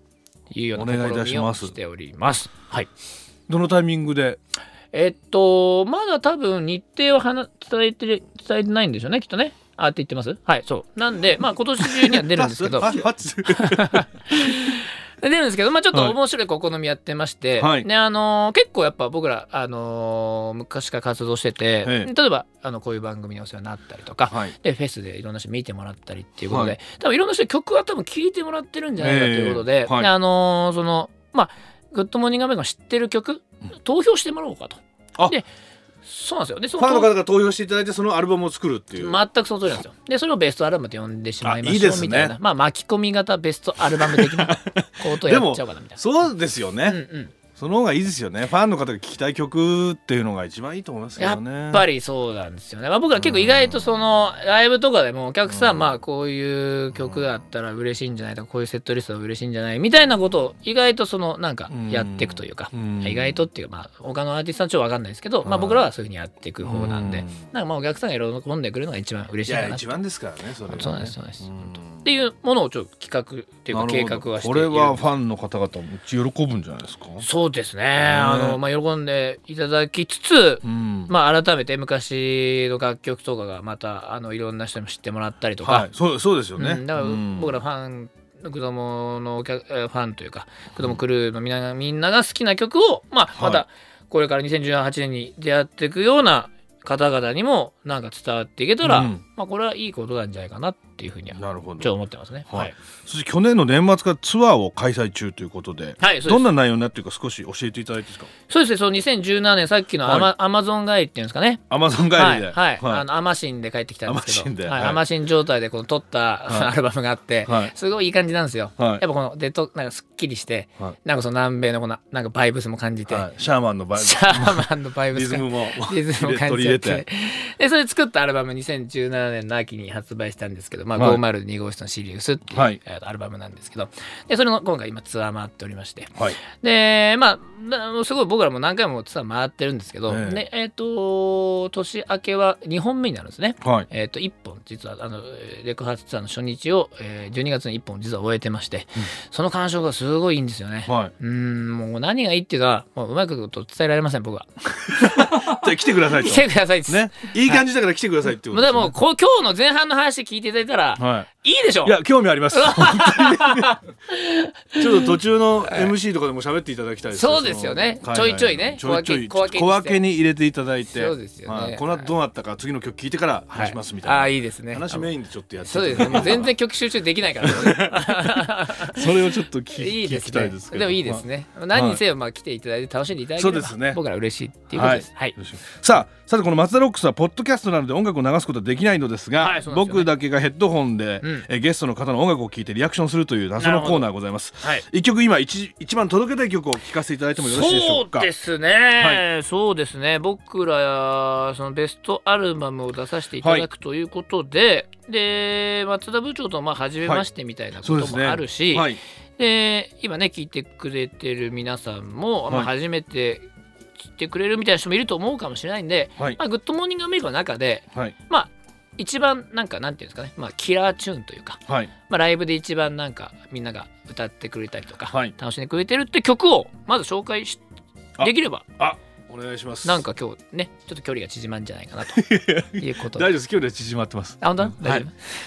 S3: いうような
S2: お願いいた
S3: 試
S2: し
S3: みを
S2: ます
S3: しております。はい
S2: どのタイミングで
S3: えっと、まだ多分日程を話伝えてる、伝えてないんでしょうね、きっとね。あって言ってますはい、そう。なんで、まあ今年中には出るんです けど、
S2: あああ
S3: 出るんですけど、まあちょっ
S2: はい
S3: と面白い試みやってまして、
S2: はい
S3: ね、あのー結構やっぱ僕ら、あのー昔から活動してて、
S2: ええ
S3: 例えば、あの、こういう番組にお世話になったりとか、
S2: はい
S3: で、フェスでいろんな人見てもらったりっていうことで、
S2: はい
S3: 多分いろんな人に曲は多分聴いてもらってるんじゃないかということ
S2: え
S3: で、
S2: えはい
S3: であのーその、まあ、グッドモーニングアメリカの知ってる曲、投票してもらおうかと。
S2: あ
S3: でそうなんですよでそ
S2: ファンの
S3: の
S2: 方が投票していただいてそのアルバムを作るっていう、
S3: 全くその通りなんですよでそれをベストアルバムと呼んでしまいま
S2: あいい
S3: し
S2: で
S3: ょう
S2: すね
S3: みたいな、まあ巻き込み型ベストアルバム的 なことを
S2: で
S3: やっ
S2: も
S3: ちゃおうかなみたいな
S2: そうですよね、
S3: うんうん
S2: その方がいいですよねファンの方が聞きたい曲っていうのが一番いいと思いますけ
S3: や
S2: どね
S3: っぱりそうなんですよね、まあ、僕ら結構意外とそのライブとかでもお客さん、まあこういう曲があったら嬉しいんじゃないとかこういうセットリストが嬉しいんじゃないみたいなことを意外とそのなんかやっていくというか、
S2: うん
S3: 意外とっていうかまあ他のアーティストはちょっと分かんないですけど、ま
S2: は
S3: あ、
S2: い
S3: 僕らはそういうふうにやっていく方なんで、
S2: うん
S3: なんかまあお客さんが喜んでくれるのが一番嬉
S2: い
S3: しいか
S2: や
S3: なっ
S2: 一番ですからねそれはね
S3: そうなんですそうなんです
S2: ん
S3: ていうものをちょっと企画っていうか計
S2: なるほど
S3: 画はしてい
S2: こ
S3: る
S2: れはファンの方々も喜ぶんじゃないですか
S3: そうですね、
S2: ん
S3: あのまあ、喜んでいただきつつ、
S2: うん
S3: まあ、改めて昔の楽曲とかがまたあのいろんな人にも知ってもらったりとか、
S2: はいそうそうですよね、
S3: うん、だから
S2: うん
S3: 僕らファン子供のお客えーファンというか子供クルーのみんながみんなが好きな曲を、まあ、
S2: はい
S3: またこれから2018年に出会っていくような方々にもなんか伝わっていけたら、
S2: うん
S3: まあ、これはいいことなんじゃないかなっていうふうにはちょ
S2: なるほ
S3: っと
S2: ど
S3: 思ってますね。
S2: は
S3: はいい、
S2: そして去年の年末からツアーを開催中ということで、
S3: はい、そう
S2: ど
S3: です
S2: んな内容になってるか少し教えていただいていいですか
S3: そうですね、その2017年、さっきのアマ,、アマゾン帰りっていうんですかね。
S2: アマゾン帰りで
S3: はい、はい
S2: はい
S3: あのアマシンで帰ってきたんで
S2: ア
S3: す
S2: マ
S3: け
S2: シンで
S3: ど、はい
S2: はい
S3: アマシン状態でこの撮った、
S2: はい
S3: アルバムがあって、
S2: はい
S3: すごいいい感じなんですよ。
S2: はい
S3: やっぱこのデトなんかすっきりして、
S2: はい
S3: なんかその南米のこのなんかバイブスも感じて、
S2: はいシャーマンの場合
S3: シャーマンのバイブ
S2: リ
S3: ス
S2: ズ
S3: が
S2: ムも
S3: リズムを感
S2: 取
S3: じ
S2: り
S3: ちゃ
S2: 入れ
S3: って
S2: て
S3: でそれで作ったアルバム2017年の秋に発売したんですけど、
S2: はい
S3: まあ502号室のシリウスっていう、
S2: はい
S3: えーアルバムなんですけどでそれの今回今ツアー回っておりまして
S2: はい
S3: でまあなすごい僕らも何回もツアー回ってるんですけど、
S2: ええ
S3: でえっと年明けは2本目になるんですね。
S2: はい
S3: えっと1本実はあのえーレクハーツツアーの初日を、えー12月に1本実は終えてまして、その感触がすごいいいんですよね。
S2: は
S3: うーんもう何がいいっていうかもううまくこと伝えられません僕は。
S2: いじゃあ来てくださいと
S3: 来てくださいっす。
S2: ねいい感じだから来てくださいってこ
S3: も
S2: とで
S3: うです
S2: ね
S3: もこう今日の前半の話聞いていただいたら、、
S2: はい
S3: いでしょ
S2: いいや興味あり ます本当にちょっと途中の MC とかでも喋っていただきたいです
S3: そうですよね
S2: その
S3: ちょいちょいね
S2: ちょいちょい
S3: 小分けにして
S2: 小分けに入れていただいて
S3: そうですよね
S2: はいこの後どうなったか次の曲聞いてから話しますみたいな
S3: ああーいいですね。
S2: 話メインでちょっとやって
S3: そうですね。もう全然曲集中できないから、
S2: それをちょっと聞き
S3: いいで
S2: 聞
S3: す
S2: きた
S3: ね。
S2: いですけど
S3: でもいいですね。何にせよまあ来ていただいて楽しんでいただければ、
S2: そうですね
S3: 僕ら嬉しいっていうことです。はい。
S2: よしさあさてこのマツダロックスはポッドキャストなので音楽を流すことはできないのですが、
S3: はいそうなんですよね
S2: 僕だけがヘッドホンで、
S3: うん
S2: えーゲストの方の音楽を聴いてリアクションするという謎のコーナーございます
S3: はい
S2: 一曲今一一番届けたい曲を聴かせていただいてもよろしいでしょうか
S3: そうですね、そうですね僕らそのベストアルバムを出させていただくということで、で松田部長とまあ初めましてみたいなこともあるし、
S2: はい、
S3: で今ね聞いてくれてる皆さんも、ま
S2: は
S3: あ、
S2: い
S3: 初めて聞いてくれるみたいな人もいると思うかもしれないんで「
S2: はい
S3: まあ、グッドモーニングアメリカ」の中で
S2: はい
S3: まあ一番なんかなんていうんですかね、まあ、キラーチューンというか、
S2: はい
S3: まあ、ライブで一番なんかみんなが歌ってくれたりとか、
S2: はい
S3: 楽しんでくれてるって曲をまず紹介し
S2: あ
S3: できれば
S2: お願いします
S3: なんか今日ねちょっと距離が縮まんじゃないか なということ
S2: 大丈夫
S3: で
S2: です距離は縮まってます
S3: あ本当大丈夫、
S2: はい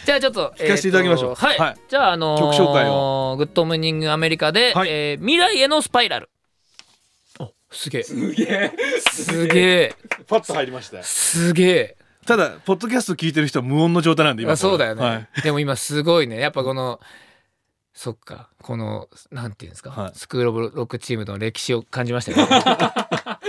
S3: じゃあちょっと
S2: 聞かせていただきましょう
S3: えーとはい、
S2: はい
S3: じゃああのー
S2: 曲紹介を
S3: グッドムーニングアメリカで、
S2: はい
S3: えー未来へのスパイラルおすげえすげえすげえ
S2: パッと入りま した
S3: すげえ
S2: ただポッドキャスト聞いてる人は無音の状態なんで今
S3: あそうだよね、
S2: はい
S3: でも今すご いねやっぱこのそっかこのなんていうんですか、
S2: はい
S3: スクール・オブ・ロックチームの歴史を感じました ね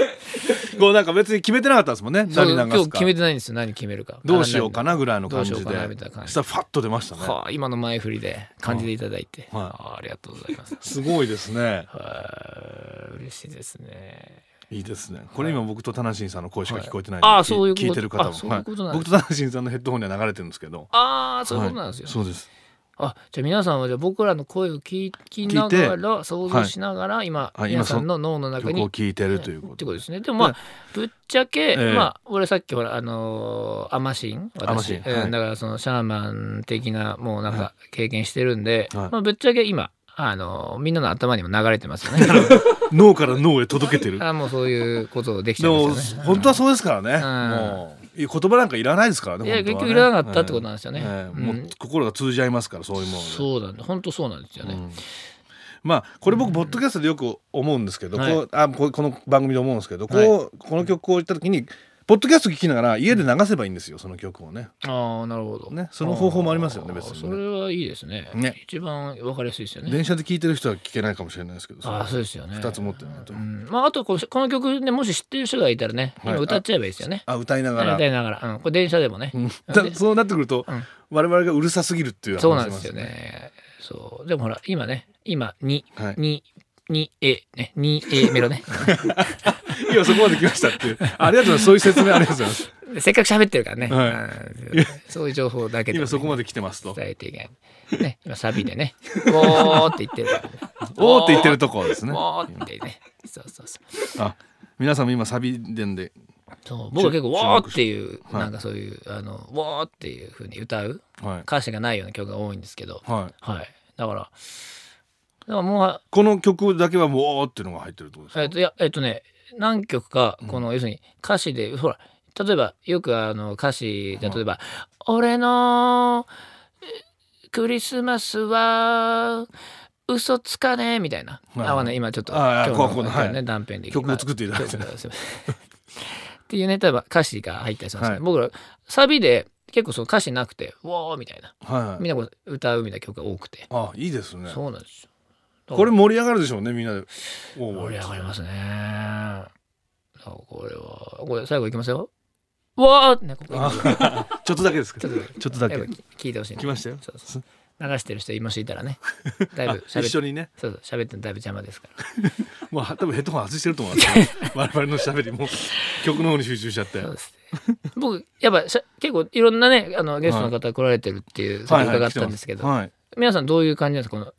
S2: こうなんか別に決めてなかったですもんね
S3: そう
S2: 何
S3: 今
S2: 流
S3: 日
S2: すか
S3: 決めてないんですよ何決めるか
S2: どうしようか
S3: な
S2: なぐらいの感じ
S3: どう
S2: で
S3: しようかなみたいな感
S2: そ
S3: じ
S2: したらファッと出ましたね
S3: はあ、今の前振りで感じていただいて、
S2: はい
S3: あありがとうございます。
S2: すごいですね
S3: はあ、嬉しいですね。
S2: いいですね。これ今僕とタナシンさんの声しか聞こえてないん
S3: はいあ
S2: で
S3: あそういうこと
S2: 聞いてる方も
S3: あそういうことなん
S2: はい
S3: だ
S2: 僕とタナシンさんのヘッドホンには流れてるんですけど。
S3: ああ、そういうことなんですよ。
S2: はいそうです。
S3: あ、じゃあ皆さんはじゃあ僕らの声を聞きな
S2: 聞
S3: が
S2: い
S3: ら想像しながら、今
S2: あ今
S3: 皆さんの脳の中
S2: 曲
S3: に
S2: を
S3: っ
S2: 聴いてるというこ
S3: て
S2: と。
S3: ことですね。でもまあ、
S2: はい
S3: ぶっちゃけ、
S2: ええ
S3: まあ俺さっきほらあのーアマシン
S2: アマシ
S3: 私
S2: ンはい
S3: うんだからそのシャーマン的なもうなんか経験してるんで、
S2: はい
S3: まあぶっちゃけ今あのーみんなの頭にも流れてますよ ね。
S2: 脳から脳へ届けてる。
S3: あもうそういうことできち
S2: で
S3: ゃい
S2: も
S3: ますよね。
S2: 本当はそうですからね。
S3: ん
S2: もう言葉なんかいらないですからね。
S3: いや
S2: 本当はね
S3: 結局いらなかったってことなんですよね
S2: ええ
S3: うん
S2: もう心が通じ合いますからそういうもので。
S3: そうなんだ本当そうなんですよね。
S2: うんまあこれ僕ポッドキャストでよく思うんですけど、
S3: はい
S2: こうあここの番組で思うんですけど、こう
S3: は
S2: この曲を言った時に。ポッドキャスト聞きながら家で流せばいいんですよその曲をね
S3: ああなるほど
S2: ねその方法もありますよね
S3: あー
S2: 別にね
S3: それはいいですね
S2: ね
S3: 一番わかりやすいですよね
S2: 電車で聞いてる人は聞けないかもしれないですけど
S3: ああそうですよね
S2: 2つ持ってないと、
S3: うんまあ、あとこうこの曲ねもし知ってる人がいたらね
S2: はい
S3: 今歌っちゃえばいいですよね、
S2: あ歌いながら
S3: 歌いながら、うん、これ電車でもね、
S2: うん だそうなってくると、
S3: うん
S2: 我々がうるさすぎるっていう話
S3: そうなんです
S2: し
S3: よ
S2: ます
S3: ねそうでもほら今ね今に
S2: はい
S3: に 2A ね 2A メ ロね
S2: いやそこまで来ましたっていう ありがとうございますそういう説明ありがとうございます
S3: せっかく喋ってるからね、
S2: は
S3: うんそういう情報だけでも
S2: 今
S3: ね、
S2: そこまで来てますと
S3: 伝えていけない、ね、今サビ でね「おー」って言ってるからね
S2: おーって言ってるとこですね
S3: おーってね。そうそうそう。
S2: あ皆さんも今サビでんで
S3: そう僕は結構、
S2: 注
S3: おーっていう、
S2: はい
S3: なんかそういう、あの、おーっていう風に歌う
S2: はい、
S3: 歌詞がないような曲が多いんですけど、
S2: はい、
S3: はい。だから、だからもう、
S2: この曲だけはもうっていうのが入ってるってことですか
S3: えっと、いや、えっとね、何曲か、この、要するに歌詞で、ほら、例えば、よくあの歌詞で、例えば、俺のえクリスマスは、嘘つかねえみたいな。
S2: はい
S3: あ、わね、今ちょっと、
S2: ああ
S3: 今
S2: こうこう
S3: 今日
S2: は
S3: ね、
S2: い
S3: 断片で。
S2: 曲を作っていただいて
S3: まあそうそうそうっていうね、例えば歌詞が入ったりするんですけ
S2: は
S3: ど、僕ら、サビで、結構その歌詞なくて、うおーみたいな。
S2: はいはい
S3: みんなこう歌うみたいな曲が多くて。
S2: あいいですね
S3: そうなんですよ。
S2: これ盛り上がるでしょうねみんなでおーお
S3: 盛り上
S2: ー
S3: がりますね。あこれは、これ最後いきますよ。わーね、ここ行きます
S2: ちょっとだけですか
S3: ちょっとだけ
S2: ちょっとだ
S3: や
S2: け
S3: っぱ聞いてほしいね。
S2: 来ましたよ
S3: そうそう流してる人今しいたらね、だいぶ
S2: あ
S3: 喋 っ
S2: 一緒にね
S3: そうそう喋ってだいぶ邪魔ですから。
S2: もうは多分ヘッドホン外してると思うんです よ我々の喋りも曲の方に集中しちゃって
S3: そうですね僕やっぱしゃ結構いろんなねあのゲストの方来られてるっていう、それ伺ったんですけど、
S2: はいはい
S3: 皆さんどういう感じなんですかこの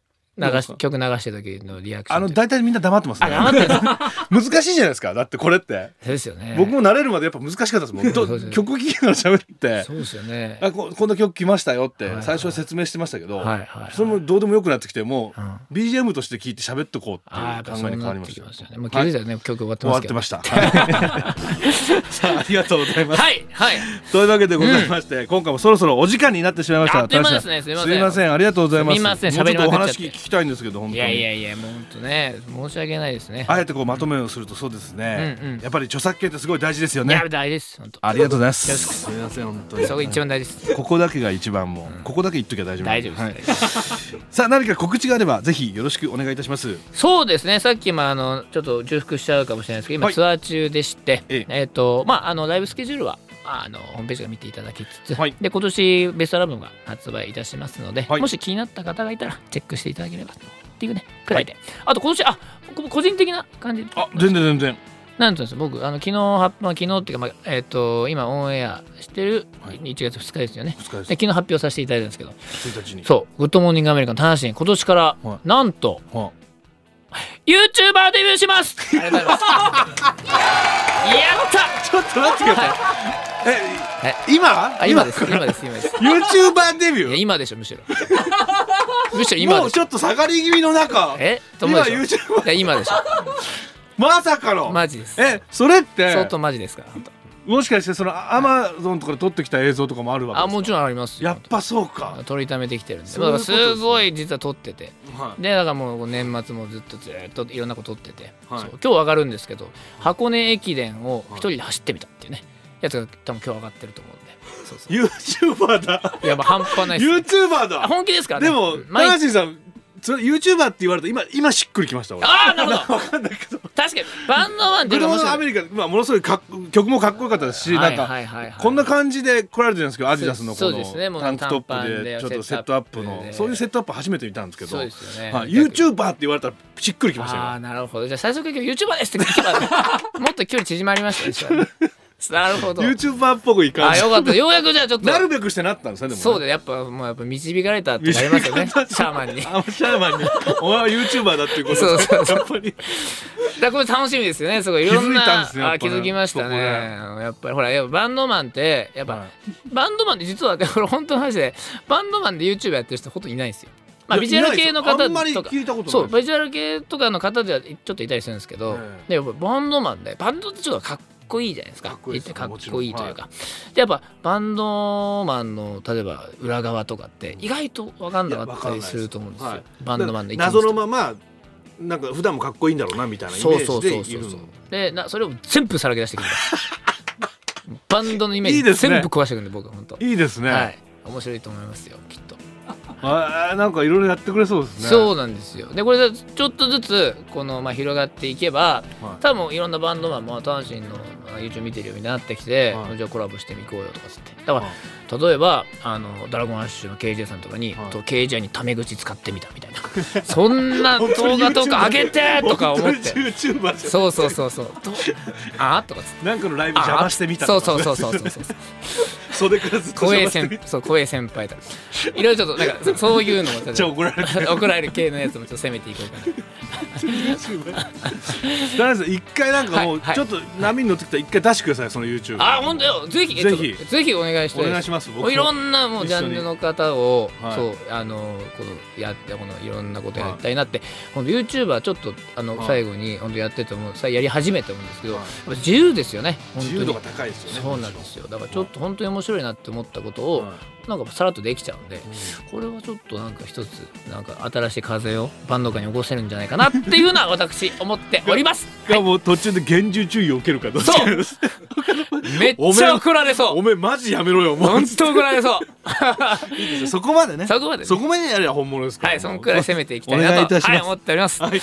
S3: 流
S2: そ
S3: し
S2: う
S3: 曲流してる時のリアクショ
S2: あ
S3: ン
S2: の
S3: というか。
S2: 大体みんな黙ってますね
S3: あ黙ってるんですか
S2: 難しいじゃないですかだってこれって
S3: そうですよね。
S2: 僕も慣れるまでやっぱ難しかったですもんど
S3: そうそう
S2: 曲聴きながら喋って
S3: そうですよね。
S2: あここんな曲来ましたよって
S3: いはい
S2: 最初は説明してましたけど、
S3: はいはいはい
S2: それもどうでもよくなってきてもう、
S3: うん
S2: BGM として聴いて喋っとこうって
S3: ああ、
S2: い
S3: やっ
S2: う
S3: ぱ
S2: 考
S3: そう
S2: えに変わり
S3: なっ
S2: ま
S3: て
S2: した
S3: き
S2: よ
S3: ますよね。もう気づいたらね、曲終わってますけ ど。
S2: 終わってました。さあ、ありがとうございます。
S3: はいはい。
S2: というわけでございまして、今回もそろそろお時間になってしまいました。
S3: あっという間ですねすいません
S2: すいません、ありがとうございます。
S3: すいません
S2: もうちょっとお
S3: 喋りまくっ
S2: 話
S3: ちゃって
S2: 聞きたいんですけど、本当
S3: い
S2: に。
S3: やいやいや、もう本当ね、申し訳ないですね。
S2: あえてこうまとめをすると、そうですね、
S3: うんうん
S2: やっぱり著作権ってすごい大事ですよ
S3: いや
S2: ね。
S3: 大事です。本当。
S2: ありがとうございま
S3: よろ
S2: す。
S3: しく
S2: すいません、本当に。
S3: そこ一番大事です。
S2: ここだけが一番もう、ここだけ言っときゃ大丈夫。
S3: 大丈夫です
S2: はい。さあ、何か告知があれば、ぜひよろしくお願いいたします。
S3: そうですね。さっきもあのちょっと重複しちゃうかもしれないですけど、
S2: は
S3: 今
S2: い
S3: ツアー中でして、
S2: ええ
S3: えっとまああのライブスケジュールは。あのホームページから見ていただきつつ、
S2: はい
S3: で今年ベストアルバムが発売いたしますので、
S2: はい
S3: もし気になった方がいたらチェックしていただければっていうねくらいで、あと今年あ僕個人的な感じ
S2: あ、全然全然。
S3: なんとですね僕あの昨日発まあ、昨日っていうか、まあえっと今オンエアしてる
S2: はい
S3: 1月2日ですよね、
S2: お疲れ
S3: で昨日発表させていただいたんですけど
S2: 1日に。
S3: そう「グッドモーニングアメリカ」の田橋に今年から、
S2: は
S3: なんと
S2: は
S3: YouTuber デビューしますありがとうござい ますやっ
S2: ちょっと待ってください。
S3: え
S2: え、今
S3: たあ今です今です今です
S2: ユーチューバーデビ
S3: い
S2: ュー。
S3: や今でしょむしろむしろ今
S2: も
S3: で
S2: う
S3: しょ
S2: ちょっと下がり気味の中。
S3: えと思
S2: 今
S3: うでしょ
S2: ユーチューバー
S3: いや今でしょ
S2: まさかの。
S3: マジです
S2: え、それっ
S3: 相
S2: て
S3: 当マジですから本当
S2: もしかしてそのアマゾンとかで撮ってきた映像とかもあるわけです
S3: あ
S2: か。
S3: もちろんありますよ
S2: やっぱそうか。
S3: 取りためてきてるんで
S2: そういうことですね
S3: だからすごい実は撮ってて
S2: は
S3: でだからもう年末もずっとずっといろんなこと撮ってて、
S2: はい
S3: そう今日上がるんですけど箱根駅伝を一人で走ってみたっていうねやつが多分今日上がってると思うん でそうそ
S2: い。ユーチューバーだ。
S3: ういやまあ半端ないです
S2: ユーチューバー
S3: あ
S2: だ。
S3: 本気ですからね
S2: でも
S3: うん毎
S2: 高
S3: 日
S2: 橋さん、それユーチューバーって言われた今今しっくりきました俺。
S3: ああなる ほど確かにバンドマンって
S2: グ
S3: いう
S2: ルモ
S3: のは面
S2: のア
S3: 白
S2: メ
S3: い
S2: リカ、まあものすごいかっこ曲もかっこよかったですし、なんか
S3: はいはいはいはい
S2: こんな感じで来られてるんですけどアディダスの
S3: そ
S2: こ
S3: う
S2: の
S3: ですねもう
S2: タンクト
S3: 短パ
S2: ッ
S3: ン
S2: プ
S3: で
S2: でちょっとセットアップの
S3: セットアップで
S2: そういうセットアップ初めて見たんですけど
S3: そうですよね
S2: はい YouTuber って言われたらしっくりきましたよ
S3: ああなるほどじゃあ最初から今日 YouTuber ですって聞け ば、ね、もっと距離縮まりましたねそれはなるほど
S2: YouTuber っぽくいか
S3: あ
S2: ん
S3: よかったようやくじゃあちょっと
S2: なるべくしてなったんですねでもね
S3: そうだよやっぱもうやっぱ導かれたってなりますよね
S2: 導
S3: シ
S2: かれた
S3: ャーマンに
S2: あシャーマンに「お前は YouTuber だ」っていうこと
S3: そうそうそう
S2: やっぱり
S3: だからこれ楽しみですよねすごいいろんな
S2: 気づいたんですねや
S3: あ
S2: っぱ
S3: 気
S2: ね
S3: づきましたねやっぱりほらやっぱバンドマンってやっぱ、
S2: はい
S3: バンドマンって実は これ本当の話でバンドマンで YouTube やってる人ほとんどいないんですよ。まあ、
S2: いや
S3: ビジュアル系の方とか
S2: いないですあんまり聞いたことない
S3: そうビジュアル系とかの方ではちょっといたりするんですけど、
S2: ええ
S3: でやっぱバンドマンでバンドってちょっとかっこいいじゃないですか
S2: かっこいいですね
S3: 言ってかっ
S2: もちろん
S3: こいいというか、でやっぱバンドマンの例えば裏側とかって意外と分かんなかったりすると思うんですよ
S2: いやわ
S3: バンドマンの一日とか
S2: 謎のままなんか普段もかっこいいんだろうなみたいなイメ
S3: そう
S2: ー
S3: そうそ
S2: ジ
S3: う
S2: で
S3: そ
S2: いうる
S3: そう
S2: の
S3: でなそれを全部さらけ出してくれたバンドのイメージ
S2: いいですね
S3: 全部壊してくんで僕は本当
S2: いいですね、
S3: はい面白いと思いますよきっと
S2: あーなんかいろいろやってくれそうですね
S3: そうなんですよでこれでちょっとずつこの、まあ、広がっていけば、
S2: はい
S3: 多分いろんなバンドマンも単身のまあ YouTube 見てるようになってきて、
S2: はい
S3: じゃあコラボしてみこうよとかつってだか
S2: は
S3: ら例えばあのドラゴンアッシュの KJ さんとかに、
S2: はい
S3: と KJ にタメ口使ってみたみたいなそんな動画とか上げてとか思っ
S2: 本当
S3: て
S2: に YouTuber じゃ
S3: そうそうそ うそうとあとかつって
S2: んなんかのライブ
S3: あ
S2: 邪魔してみた
S3: そう
S2: とか
S3: そうそうそうそうそう
S2: 袖からずっと邪
S3: 光栄
S2: 魔してみ
S3: 先
S2: た
S3: そう光栄先輩とかいろいろちょっとなんかそそういうのもちょっ
S2: じゃあ
S3: と
S2: 怒られる
S3: 怒られる系のやつもちょっと攻めていこうかな
S2: ダメです一回なんかも
S3: は
S2: う
S3: いはい
S2: ちょっと波に乗ってきたら一回出してくださいその YouTube
S3: あ本当よぜひ
S2: ぜひ
S3: ちょっとぜひお願いしたい
S2: お願いします僕
S3: も
S2: も
S3: ういろんなもう
S2: 一
S3: ジャ
S2: 緒に
S3: ンルの方を、
S2: はい
S3: そうあのこのやってこのいろんなことやりたいなって、本当 YouTuber ちょっとあの、
S2: はい
S3: 最後に本当やっててもさやり始めて思うんですけど、
S2: はい
S3: やっぱ自由ですよね本当に
S2: 自由度が高いですよね
S3: そうなんですよだからちょっと本当に面白いなって思ったことを、
S2: は
S3: なんかさらっとできちゃうんで、これはちょっとなんか一つなんか新しい風をバンド界に起こせるんじゃないかなっていうのは私思っております
S2: いがもう途中で厳重注意を受けるかどうか
S3: そうめっちゃ怒られそ
S2: お
S3: う
S2: めえマジやめろよもう
S3: 本当怒られそ う
S2: そこまでね
S3: そこまでね
S2: そこまでやれば本物ですから
S3: はい、そのくらい攻めていきたい
S2: お願
S3: ない
S2: い
S3: と
S2: たします
S3: はい思っております。
S2: はい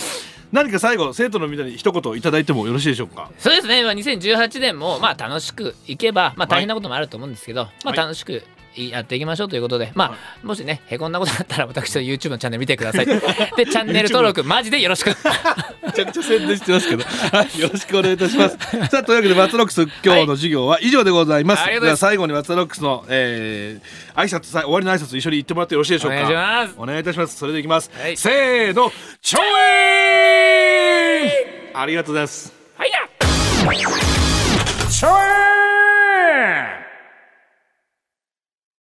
S2: 何か最後生徒のみんなに一言いただいてもよろしいでしょうか
S3: そうですね、まあ、2018年もまあ楽しくいけば、まあ、大変なこともあると思うんですけど、まあ、
S2: はい
S3: 楽しくやっていきましょうということで、ま
S2: は
S3: あ、もしねへこんなことあったら私の YouTube のチャンネル見てく ださいでチャンネル登録マジでよろしく
S2: めちゃくちゃ宣伝してますけど、はい、よろしくお願いいたします。さあというわけでマツロックス今日の授業は以上でございます。
S3: はいありがとうござい
S2: で
S3: ま
S2: は
S3: す
S2: 最後にマツロックスの、えー、挨拶さ終わりの挨拶一緒に言ってもらってよろしいでしょうか。
S3: お願いします
S2: お願いいたします。それでいきます。
S3: はい
S2: せーの、チョイありがとうございます。
S3: はいや
S1: チョイ